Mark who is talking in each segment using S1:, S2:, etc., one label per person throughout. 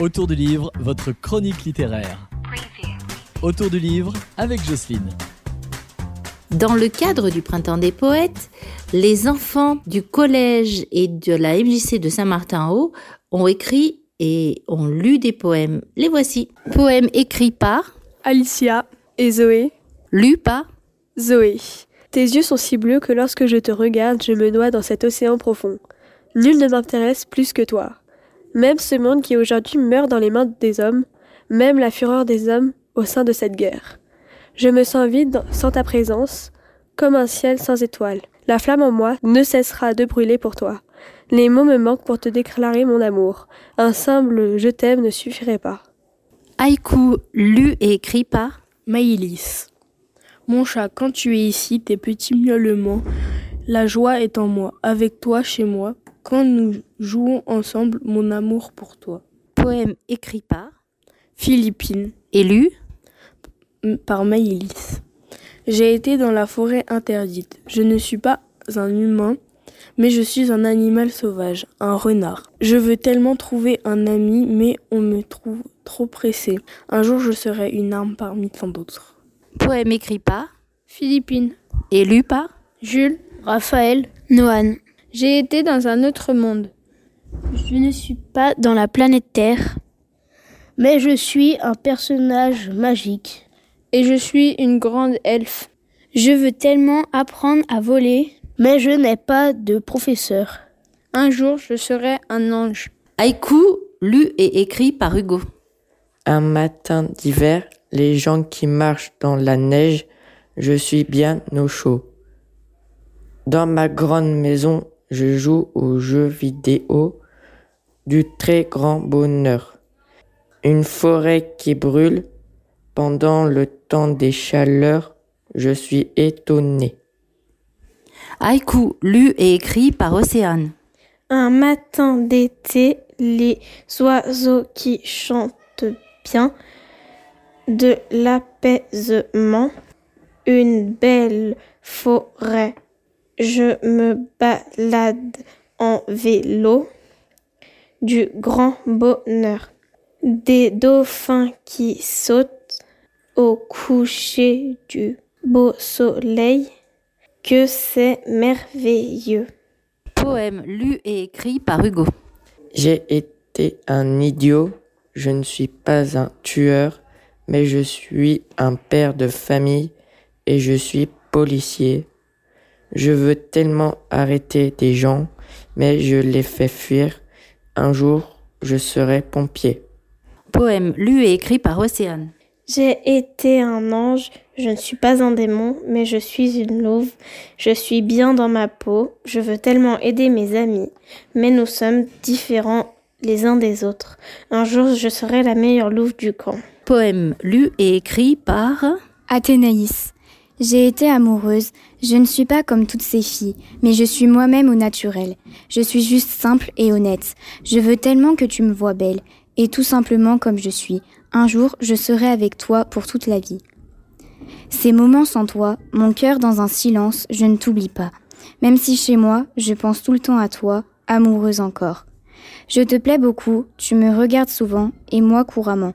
S1: Autour du livre, votre chronique littéraire. Autour du livre avec Jocelyne.
S2: Dans le cadre du Printemps des Poètes, les enfants du collège et de la MJC de Saint-Martin-Haut ont écrit et ont lu des poèmes. Les voici. Poèmes écrits par,
S3: Alicia et Zoé.
S2: lus par,
S3: Zoé. Tes yeux sont si bleus que lorsque je te regarde, je me noie dans cet océan profond. Nul ne m'intéresse plus que toi. Même ce monde qui aujourd'hui meurt dans les mains des hommes, même la fureur des hommes au sein de cette guerre. Je me sens vide dans- sans ta présence, comme un ciel sans étoiles. La flamme en moi ne cessera de brûler pour toi. Les mots me manquent pour te déclarer mon amour. Un simple je t'aime ne suffirait pas.
S2: haïku, lu et écrit par,
S4: Maïlis. Mon chat, quand tu es ici, tes petits miaulements, la joie est en moi, avec toi chez moi, quand nous jouons ensemble mon amour pour toi.
S2: poème écrit par,
S4: Philippine,
S2: et lu
S4: m- par Maïlis. J'ai été dans la forêt interdite. Je ne suis pas un humain, mais je suis un animal sauvage, un renard. Je veux tellement trouver un ami, mais on me trouve trop pressé. Un jour, je serai une arme parmi tant d'autres.
S2: poème écrit par,
S5: Philippines,
S2: et lu par,
S5: Jules, Raphaël, Noan. J'ai été dans un autre monde. Je ne suis pas dans la planète Terre. Mais je suis un personnage magique. Et je suis une grande elfe. Je veux tellement apprendre à voler. Mais je n'ai pas de professeur. Un jour, je serai un ange.
S2: haïku, lu et écrit par Hugo,
S6: Un matin d'hiver, les gens qui marchent dans la neige, je suis bien au chaud. Dans ma grande maison, je joue aux jeux vidéo du très grand bonheur. Une forêt qui brûle, pendant le temps des chaleurs, je suis étonné.
S2: haïku, lu et écrit par Océane,
S7: Un matin d'été, les oiseaux qui chantent bien de l'apaisement, une belle forêt. Je me balade en vélo du grand bonheur. Des dauphins qui sautent au coucher du beau soleil. Que c'est merveilleux.
S2: poème lu et écrit par Hugo,
S6: J'ai été un idiot, je ne suis pas un tueur, mais je suis un père de famille et je suis policier. Je veux tellement arrêter des gens, mais je les fais fuir. Un jour, je serai pompier.
S2: poème lu et écrit par Océane,
S7: J'ai été un ange, je ne suis pas un démon, mais je suis une louve. Je suis bien dans ma peau, je veux tellement aider mes amis, mais nous sommes différents les uns des autres. Un jour, je serai la meilleure louve du camp.
S2: poème lu et écrit par,
S8: Athénaïs. J'ai été amoureuse, je ne suis pas comme toutes ces filles, mais je suis moi-même au naturel. Je suis juste simple et honnête. Je veux tellement que tu me vois belle, et tout simplement comme je suis. Un jour, je serai avec toi pour toute la vie. Ces moments sans toi, mon cœur dans un silence, je ne t'oublie pas. Même si chez moi, je pense tout le temps à toi, amoureuse encore. Je te plais beaucoup, tu me regardes souvent, et moi couramment.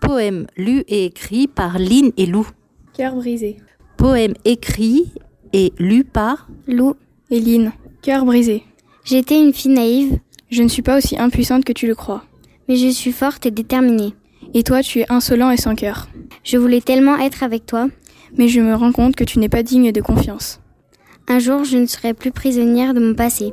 S2: poème lu et écrit par Lynn et Lou,
S5: Cœur brisé.
S2: poème écrit et lu par,
S8: Lou,
S4: Éline, cœur brisé.
S8: j'étais une fille naïve,
S4: Je ne suis pas aussi impuissante que tu le crois.
S8: mais je suis forte et déterminée.
S4: Et toi, tu es insolent et sans cœur.
S8: Je voulais tellement être avec toi.
S4: Mais je me rends compte que tu n'es pas digne de confiance.
S8: Un jour, je ne serai plus prisonnière de mon passé.